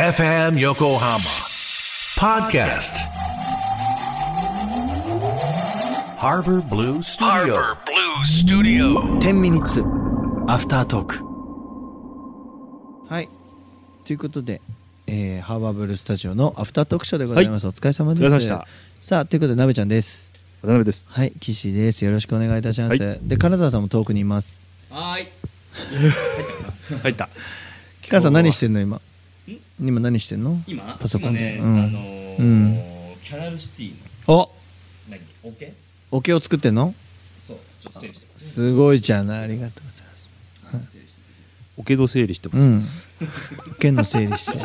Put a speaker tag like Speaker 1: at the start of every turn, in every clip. Speaker 1: FM Yokohama Podcast Harbor Blue Studio
Speaker 2: Harbor Blue Studio.
Speaker 3: 10ミニッツアフタートークはいということで、えーハーバーブルースタジオのアフタートークショーでございます、お疲れ様です
Speaker 4: お疲れ様でした
Speaker 3: さあということでなべちゃんです
Speaker 4: 渡辺です。
Speaker 3: はい岸ですよろしくお願いいたします、
Speaker 4: は
Speaker 3: で金沢さんも遠くにいます
Speaker 4: 入った。
Speaker 3: 金沢さん何してんの今今何してんの
Speaker 5: 今
Speaker 3: パソコンで、
Speaker 5: 今ね、
Speaker 3: うん
Speaker 5: あのー
Speaker 3: うん
Speaker 5: キャラルシティの
Speaker 3: お
Speaker 5: 何オケ
Speaker 3: お経を作ってんの
Speaker 5: そうちょっと整理してます
Speaker 3: すごいじゃないありがとうございます
Speaker 4: おけど整理してま
Speaker 3: う
Speaker 4: す。
Speaker 3: ん件の整理してる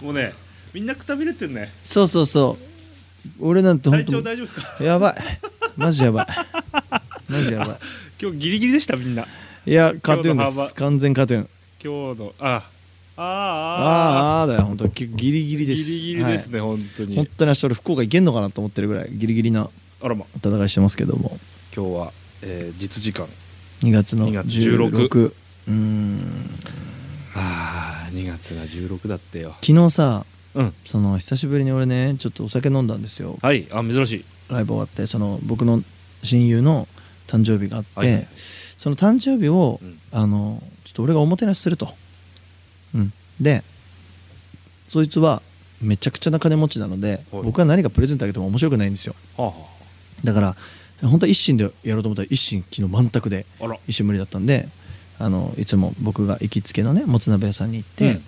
Speaker 4: もうね、みんなくたびれてるね。
Speaker 3: そうそうそう俺なんて本
Speaker 4: 体
Speaker 3: 当
Speaker 4: 調大丈夫ですか？
Speaker 3: やばいマジやばいマジやばい
Speaker 4: 今日ギリギリでしたみんな。
Speaker 3: いや、カトゥーンで
Speaker 4: 今日の幅
Speaker 3: す。完全カトゥーン。
Speaker 4: 今日のああああ
Speaker 3: あーあーだよ、本当ギリギリで
Speaker 4: ギ
Speaker 3: す。
Speaker 4: リギリですね、本当
Speaker 3: はい。本
Speaker 4: に。
Speaker 3: 当に明日俺福岡行けんのかなと思ってるぐらいギリギリな
Speaker 4: あらま、
Speaker 3: 戦いしてますけども、
Speaker 4: 今日は、えー、実時間。
Speaker 3: 2月の
Speaker 4: 2月16
Speaker 3: 16。うーん
Speaker 4: ああ、2月が16だってよ。
Speaker 3: 昨日さ、
Speaker 4: うん。
Speaker 3: その久しぶりに俺ね、ちょっとお酒飲んだんですよ。
Speaker 4: はい。あ珍しい。
Speaker 3: ライブ終わって、その僕の親友の誕生日があって、
Speaker 4: はいはい
Speaker 3: その誕生日を、
Speaker 4: うん
Speaker 3: あのちょっと俺がおもてなしすると、うん、でそいつはめちゃくちゃな金持ちなので、
Speaker 4: はい
Speaker 3: 僕は何かプレゼントあげても面白くないんですよ
Speaker 4: は
Speaker 3: だから本当は一心でやろうと思ったら一心昨日満卓で
Speaker 4: あら
Speaker 3: 一心無理だったんであのいつも僕が行きつけのねもつ鍋屋さんに行って、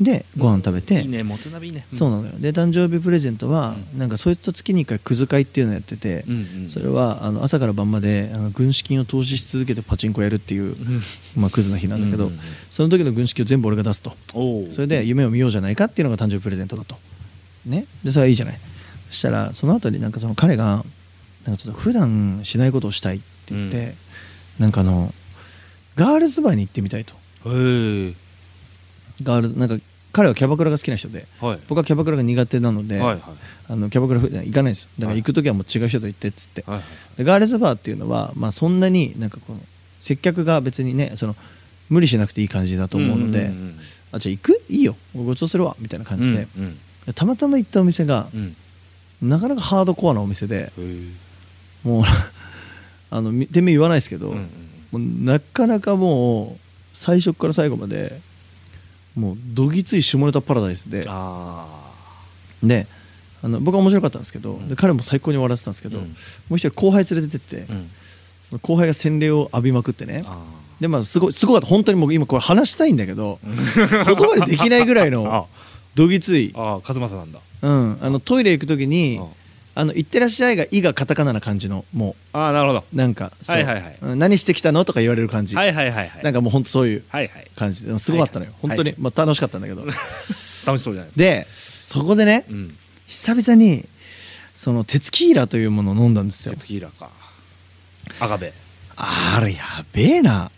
Speaker 3: でご飯食べて、
Speaker 4: いいね、もつ鍋いいね。
Speaker 3: そうなのよで誕生日プレゼントは、なんかそいつと月に1回くず会っていうのやってて、
Speaker 4: うんうん
Speaker 3: それはあの朝から晩まであの軍資金を投資し続けてパチンコやるっていう、 まあ、クズな日なんだけど、
Speaker 4: うんうんうん
Speaker 3: その時の軍資金を全部俺が出すと
Speaker 4: おお。
Speaker 3: それで夢を見ようじゃないかっていうのが誕生日プレゼントだとねでそれはいいじゃないそしたらその後になんかその彼がなんかちょっと普段しないことをしたいって言って、
Speaker 4: うん
Speaker 3: なんかあのガールズバーに行ってみたいと
Speaker 4: へえ。
Speaker 3: ガールなんか彼はキャバクラが好きな人で
Speaker 4: はい。
Speaker 3: 僕はキャバクラが苦手なので、
Speaker 4: はいはい
Speaker 3: あのキャバクラ普段行かないんですよだから行く時はもう違う人と行ってっつって、
Speaker 4: はいはい
Speaker 3: でガールズバーっていうのは、まあ、そんなになんかこの接客が別にねその無理しなくていい感じだと思うので、
Speaker 4: うんうんうんうん
Speaker 3: あじゃあ行くいいよごちそうするわみたいな感じで、
Speaker 4: うん
Speaker 3: でたまたま行ったお店が
Speaker 4: う、ん。
Speaker 3: なかなかハードコアなお店で
Speaker 4: うん。へえ。
Speaker 3: もう あのみ店名言わないですけど、
Speaker 4: うんうん
Speaker 3: もうなかなかもう最初から最後までもうどぎつい下ネタパラダイスで。
Speaker 4: あ
Speaker 3: であの僕は面白かったんですけど、で彼も最高に笑ってたんですけど、
Speaker 4: うん
Speaker 3: もう一人後輩連れてってって、
Speaker 4: あ。うん。
Speaker 3: その後輩が洗礼を浴びまくってね
Speaker 4: あ
Speaker 3: でまあすごいすごかった本当にもう今これ話したいんだけど言 葉でできないぐらい のどぎつい
Speaker 4: あ。、ああ、和正なんだ。
Speaker 3: うん、あのトイレ行く時に
Speaker 4: あ
Speaker 3: 「あの行ってらっしゃい」が「い」がカタカナな感じのも
Speaker 4: ああ、なるほど。
Speaker 3: うなんかそう
Speaker 4: はいはいはい
Speaker 3: うん何してきたの?」とか言われる感じ、
Speaker 4: はいはいはいはい。
Speaker 3: なんかもう本当そういう
Speaker 4: はいはい。
Speaker 3: 感じですごかったのよ、
Speaker 4: はいはい
Speaker 3: 本当に、まあ、楽しかったんだけ ど
Speaker 4: 楽しそうじゃないですか。
Speaker 3: でそこでね、
Speaker 4: うん。
Speaker 3: 久々にその鉄キーラというものを飲んだんですよ
Speaker 4: 鉄キーラか。赤べ。
Speaker 3: あれやべえな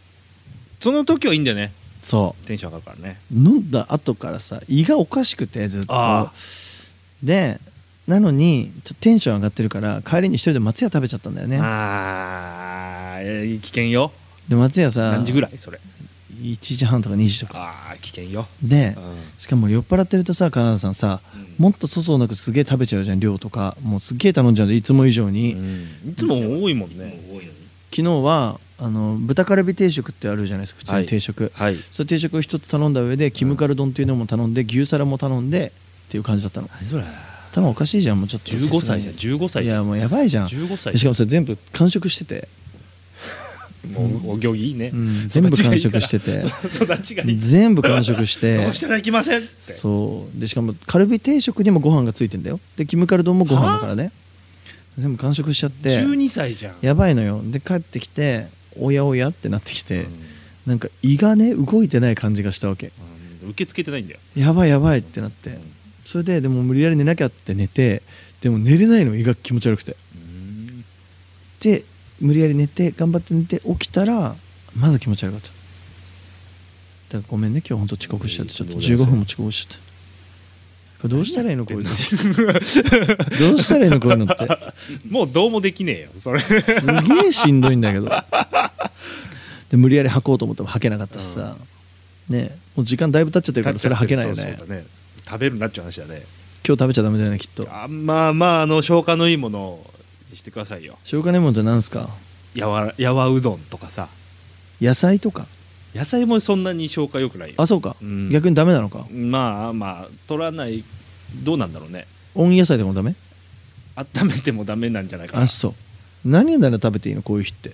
Speaker 4: その時はいいんだよね。
Speaker 3: そ
Speaker 4: テンション上がるからね。
Speaker 3: う飲んだ後からさ胃がおかしくてずっと
Speaker 4: あ
Speaker 3: でなのにちょっとテンション上がってるから帰りに一人で松屋食べちゃったんだよね
Speaker 4: ああ、えー危険よ。
Speaker 3: で松屋さ
Speaker 4: 何時ぐ
Speaker 3: らい
Speaker 4: らいそれ。
Speaker 3: 1時半とか2時とか
Speaker 4: ああ、危険よ。
Speaker 3: で
Speaker 4: うん
Speaker 3: しかも酔っ払ってるとさ金田さんさ、
Speaker 4: うん
Speaker 3: もっと粗相なくすげえ食べちゃうじゃん量とかもうすっげえ頼んじゃうんでいつも以上に、
Speaker 4: うんいつも多いもんね。
Speaker 5: 多いのに
Speaker 3: 昨日はあの豚カルビ定食ってあるじゃないですか普通
Speaker 4: は
Speaker 3: の
Speaker 4: い
Speaker 3: 定食、
Speaker 4: はい。
Speaker 3: それ定食を一つ頼んだ上でキムカル丼っていうのも頼んで牛皿も頼んでっていう感じだったの
Speaker 4: 何それ。
Speaker 3: 頭おかしいじゃんもうちょっと
Speaker 4: 15歳じゃん。15歳
Speaker 3: い
Speaker 4: じゃ
Speaker 3: や
Speaker 4: ん。
Speaker 3: もうやばいじゃん
Speaker 4: 15歳
Speaker 3: しかもそれ全部完食してて、
Speaker 4: もうお行儀いいね
Speaker 3: うん。全部完食してて
Speaker 4: そう育ちがい い。
Speaker 3: 全部完食して
Speaker 4: どうしたらいきませんって。
Speaker 3: そうでしかもカルビ定食にもご飯がついてんだよでキムカル丼もご飯だからね全部完食しちゃって
Speaker 4: 12歳じゃん。
Speaker 3: やばいのよで帰ってきておやおやってなってきて、
Speaker 4: うん
Speaker 3: なんか胃がね動いてない感じがしたわけ
Speaker 4: うん受け付けてないんだよ。
Speaker 3: やばいやばいってなってそれででも無理やり寝なきゃって寝てでも寝れないの胃が気持ち悪くて
Speaker 4: うん
Speaker 3: で無理やり寝て頑張って寝て起きたらまだ気持ち悪かっただからごめんね今日本当遅刻しちゃってちょっと15分も遅刻しちゃってこれどうしたらいいのこういうのどうしたらいいのこういうのって
Speaker 4: もうどうもできねえよ。それ。
Speaker 3: すげえしんどいんだけどで無理やり履こうと思っても履けなかったしさ、ねもう時間だいぶ経っちゃってるからそれはけないよ
Speaker 4: そう
Speaker 3: ね
Speaker 4: そうだね食べるなっちゃう話だね
Speaker 3: 今日食べちゃダメだよねきっと
Speaker 4: あまあまああの消化のいいものにしてくださいよ
Speaker 3: しょうがないもんって何すか
Speaker 4: やわらやわうどんとかさ
Speaker 3: 野菜とか
Speaker 4: 野菜もそんなに消化良くないよ
Speaker 3: あそうか、
Speaker 4: うん
Speaker 3: 逆にダメなのか
Speaker 4: まあまあ取らないどうなんだろうね
Speaker 3: 温野菜でもダメ
Speaker 4: 温めてもダメなんじゃないかな
Speaker 3: あそう何なら食べていいのこういう日って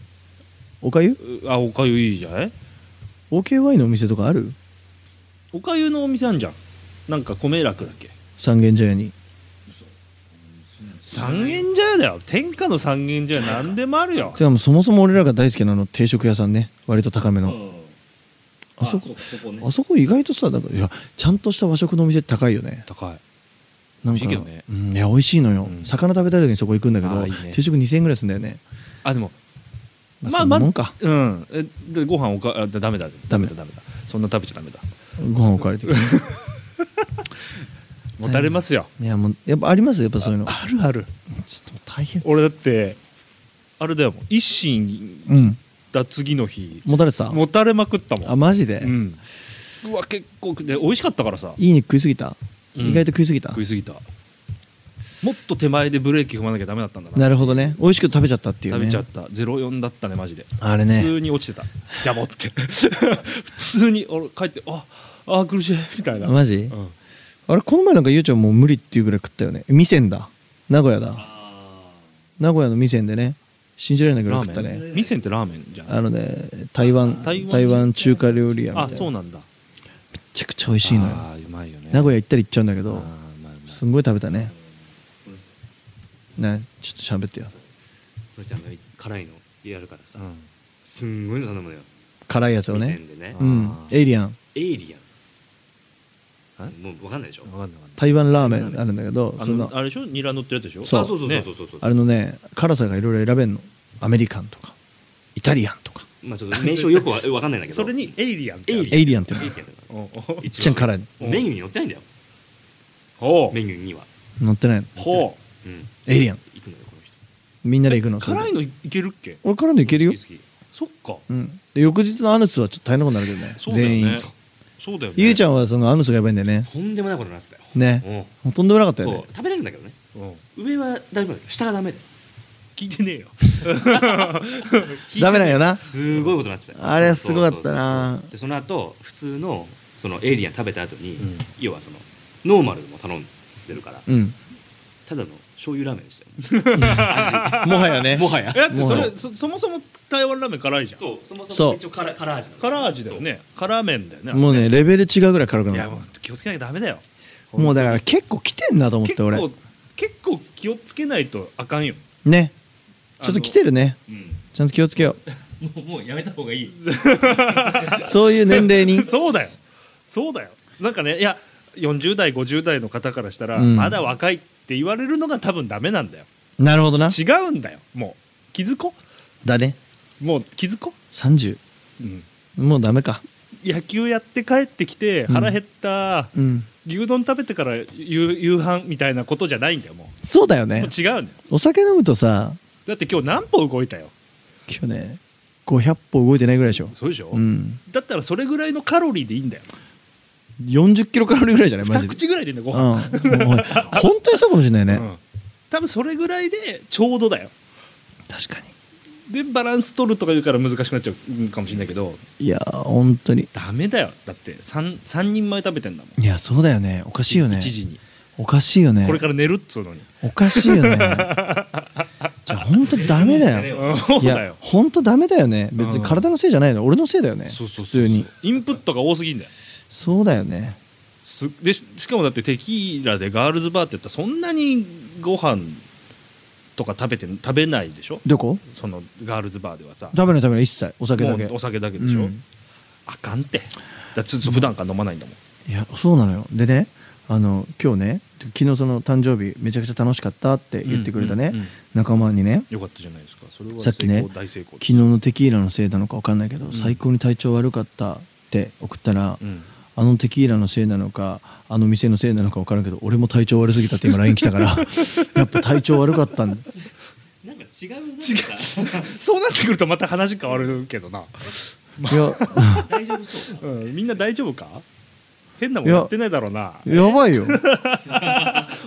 Speaker 3: おかゆ
Speaker 4: うあおかゆいいじゃない
Speaker 3: OKY のお店とかある
Speaker 4: おかゆのお店あんじゃんなんか米楽だっけ
Speaker 3: 三軒茶屋に
Speaker 4: 三軒茶屋だよ天下の三軒茶屋何でもある よ
Speaker 3: てかもうそもそも俺らが大好きなあの定食屋さんね割と高めの、
Speaker 5: うん
Speaker 3: あそこ
Speaker 5: うそこね
Speaker 3: あそこ意外とさなんかいやちゃんとした和食のお店って高いよね
Speaker 4: 高い
Speaker 3: なん
Speaker 4: 美
Speaker 3: か
Speaker 4: 味しいけどね
Speaker 3: うん、いや美味しいのよ、
Speaker 4: うん
Speaker 3: 魚食べたい時にそこ行くんだけど
Speaker 4: あーいいね
Speaker 3: 定食2000円ぐらいするんだよね
Speaker 4: あでも
Speaker 3: まあそんなもんか
Speaker 4: うんえでご飯おかあだダメだ
Speaker 3: ダ
Speaker 4: ダ
Speaker 3: メ
Speaker 4: メ
Speaker 3: だ
Speaker 4: だダメだそんな食べちゃダメだ
Speaker 3: ご飯おかわりで きる
Speaker 4: もたれますよ
Speaker 3: いやもうやっぱありますよやっぱそういうの
Speaker 4: あるある
Speaker 3: ちょっと大変
Speaker 4: 俺だってあれだよもう一心
Speaker 3: うん
Speaker 4: だ次の日
Speaker 3: 持たれてた
Speaker 4: もたれまくったもん
Speaker 3: あマジで、
Speaker 4: うんうわ結構で美味しかったからさ
Speaker 3: いい肉食いすぎた、
Speaker 4: うん
Speaker 3: 意外と食いすぎた
Speaker 4: 食いすぎたもっと手前でブレーキ踏まなきゃダメだったんだな
Speaker 3: なるほどね美味しく食べちゃったっていう
Speaker 4: 食
Speaker 3: ね
Speaker 4: べちゃった04だったねマジで
Speaker 3: あれ
Speaker 4: 普
Speaker 3: ね
Speaker 4: 通に落ちてたジャボって 普通に俺帰ってああー苦しいみたいな
Speaker 3: マジ
Speaker 4: うん
Speaker 3: あれこの前なんかゆうちゃんもう無理っていうぐらい食ったよね店だ名古屋だ名古屋の店でね信じられないぐらい
Speaker 4: ラ
Speaker 3: 食った
Speaker 4: ーメ
Speaker 3: ね
Speaker 4: ン店ってラーメンじゃん
Speaker 3: あのね台湾
Speaker 4: 台湾
Speaker 3: 台湾中華料理屋みたい
Speaker 4: あ
Speaker 3: な
Speaker 4: そう
Speaker 3: め
Speaker 4: なんだ
Speaker 3: ちゃくちゃ美味しいのよ
Speaker 4: あーうまいよね
Speaker 3: 名古屋
Speaker 4: 屋
Speaker 3: 行ったり行っちゃうんだけどすんごい食べたねねちょっと喋ってよ
Speaker 6: それちゃんがいつ辛いのやるからさ、すんごいの頼むのよ
Speaker 3: 辛いやつを
Speaker 6: 店
Speaker 3: ね
Speaker 6: でね
Speaker 3: う
Speaker 4: うんん
Speaker 3: エイリアン
Speaker 6: エイリア
Speaker 4: あ
Speaker 6: ンもう分かんないでしょ
Speaker 4: 分かんないわか
Speaker 3: 台湾ラーメンあるんだけど
Speaker 4: んないあ
Speaker 3: そ
Speaker 4: の
Speaker 3: の
Speaker 4: あれでしょニラ乗ってるやつでしょ
Speaker 3: そう
Speaker 6: あそうそうそう
Speaker 4: ね
Speaker 6: そうそうそう
Speaker 3: あれのね辛さがいろいろ選べんのアメリカンとかイタリアンとか
Speaker 6: まあちょっと名称よくわ分かんないんだけど
Speaker 4: それにエイリアンって
Speaker 6: エイリアン
Speaker 3: エイリアンっていう
Speaker 6: エ
Speaker 3: の
Speaker 6: イ
Speaker 3: が
Speaker 6: リアンだか
Speaker 4: おう
Speaker 6: ら
Speaker 3: ちっちゃい辛い
Speaker 6: 一番メニューに載ってないんだよ
Speaker 4: おう
Speaker 6: メニューには
Speaker 3: 乗ってないの
Speaker 4: ほ
Speaker 6: うん
Speaker 3: エイリアン
Speaker 6: 行くのよこの人
Speaker 3: みんなで行くの
Speaker 4: う辛いのいけるっけ
Speaker 3: 俺辛いのいけるよ
Speaker 6: 好き好き
Speaker 4: そっか
Speaker 3: うんで翌日のアヌスはちょっと大変なことになるけどね
Speaker 4: そうだよね
Speaker 3: 全員
Speaker 4: そうだよね
Speaker 3: ゆうち
Speaker 4: ゃん
Speaker 3: ゃんはそのアヌスがやばいんだよね
Speaker 6: とんでもないことになってたよ
Speaker 3: ねもうとんでもなかった
Speaker 6: うん
Speaker 3: よ
Speaker 6: そう
Speaker 3: ね
Speaker 6: 食べれるんだけどね
Speaker 4: うん
Speaker 6: 上は大丈夫だよ下がダメだよ
Speaker 4: 聞いてねえよ
Speaker 3: ダメなんよな
Speaker 6: すごいことになってたよ
Speaker 3: あれはすごかったな
Speaker 6: そうそうそうそうでその後普通のそのエイリアン食べた後に、
Speaker 4: ん
Speaker 6: 要はそのノーマルも頼んでるから、
Speaker 3: うん
Speaker 6: ただの醤油ラーメンでしたよ
Speaker 3: もは やね
Speaker 6: もはや
Speaker 4: だってそ
Speaker 3: もう
Speaker 4: れそそもそも台湾ラーメン辛いじゃん
Speaker 6: そうそもそ
Speaker 3: そう
Speaker 6: も一応辛辛味なの
Speaker 4: 辛味だよね辛麺だよね
Speaker 3: もうねレベル違うぐらい辛く
Speaker 4: い
Speaker 3: な
Speaker 4: や
Speaker 3: る
Speaker 4: もう気をつけなきゃダメだよ
Speaker 3: もうだから結構来てんだと思っ
Speaker 4: 結
Speaker 3: て俺
Speaker 4: 構結構気をつけないとあかんよ
Speaker 3: ねちょっと来てるね
Speaker 5: うん
Speaker 3: ちゃんと気をつけよ
Speaker 5: もうもうやめた方がいい
Speaker 3: うそういう年齢に
Speaker 4: そうだよそうだよなんかねいや40代50代の方からしたら、
Speaker 3: うん
Speaker 4: まだ若いって言われるのが多分ダメなんだよ
Speaker 3: なるほどな
Speaker 4: 違うんだよもう気づこ
Speaker 3: だね
Speaker 4: うもう気づこ
Speaker 3: 30
Speaker 4: う、
Speaker 3: もうダメか
Speaker 4: 野球やって帰ってきて
Speaker 3: うん
Speaker 4: 腹減った、
Speaker 3: うん
Speaker 4: 牛丼食べてから夕夕飯みたいなことじゃないんだよも
Speaker 3: そうだよ
Speaker 4: うも
Speaker 3: ね
Speaker 4: う違うんだよ
Speaker 3: お酒飲むとさ
Speaker 4: だって今日何歩動いたよ
Speaker 3: 今日ね500歩動いてないぐらいでしょ
Speaker 4: そうでしょ、
Speaker 3: うん
Speaker 4: だったらそれぐらいのカロリーでいいんだよ
Speaker 3: 40キロカロリーぐらいじゃないマジ
Speaker 4: 2
Speaker 3: で
Speaker 4: 口ぐらいでいいんだよ
Speaker 3: うん
Speaker 4: ご飯、
Speaker 3: もう本当にそうかもしれないね、
Speaker 4: うん多分それぐらいでちょうどだよ
Speaker 3: 確か
Speaker 4: でバランス取るとか言うから難しくなっちゃうかもしれないけど
Speaker 3: にいやー本当に
Speaker 4: ダメだよだって 3, 三人前食べてんだもん
Speaker 3: いやそうだよねおかしいよね
Speaker 4: 1時に
Speaker 3: おかしいよね
Speaker 4: これから寝るっつうのに
Speaker 3: おかしい よねじゃあ本当ダメだよ
Speaker 4: そう
Speaker 3: い
Speaker 4: だ
Speaker 3: や
Speaker 4: よ
Speaker 3: 本当ダメだよね別に体のせいじゃないの俺のせいだよね
Speaker 4: そうそう
Speaker 3: 普
Speaker 4: そう
Speaker 3: 通に
Speaker 4: インプットが多すぎんだよ
Speaker 3: そうだよね
Speaker 4: すでししかもだってテキーラでガールズバーって言ったらそんなにご飯とか食べて食べないでしょ
Speaker 3: どこ
Speaker 4: そのガールズバーではさ
Speaker 3: 食べない食べない一切お酒だけ
Speaker 4: もうお酒だけでしょ、
Speaker 3: うん
Speaker 4: あかんってだつ普段から飲まないんだもん
Speaker 3: いやそうなのよでねあの今日ね昨日その誕生日めちゃくちゃ楽しかったって言ってくれたね、
Speaker 4: うんうんうん
Speaker 3: 仲間にね
Speaker 4: よかったじゃないですかそれは
Speaker 3: さっきね
Speaker 4: 成功大成功
Speaker 3: 昨日のテキーラのせいなのか分かんないけど、
Speaker 4: ん
Speaker 3: 最高に体調悪かったって送ったら、
Speaker 4: うん
Speaker 3: あのテキーラのせいなのかあの店のせいなのか分からんけど俺も体調悪すぎたって今 LINE 来たから やっぱ体調悪かったんだ
Speaker 6: なんか違う違う
Speaker 4: そうなってくるとまた話変わるけどな
Speaker 3: いや
Speaker 5: 大丈夫そう。
Speaker 4: うん、みんな大丈夫か変なもんやってないだろうな
Speaker 3: やばいよ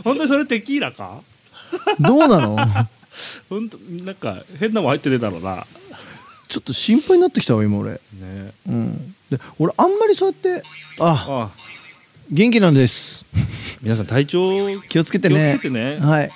Speaker 4: 本当にそれテキーラか
Speaker 3: どうなの
Speaker 4: 本当なんか変なもん入ってねえだろうな
Speaker 3: ちょっと心配になってきたわ今俺
Speaker 4: ね
Speaker 3: うんで俺あんまりそうやってあ
Speaker 4: あ
Speaker 3: 元気なんです
Speaker 4: 皆さん体調
Speaker 3: 気をつけてね
Speaker 4: 気をつけてね
Speaker 3: はい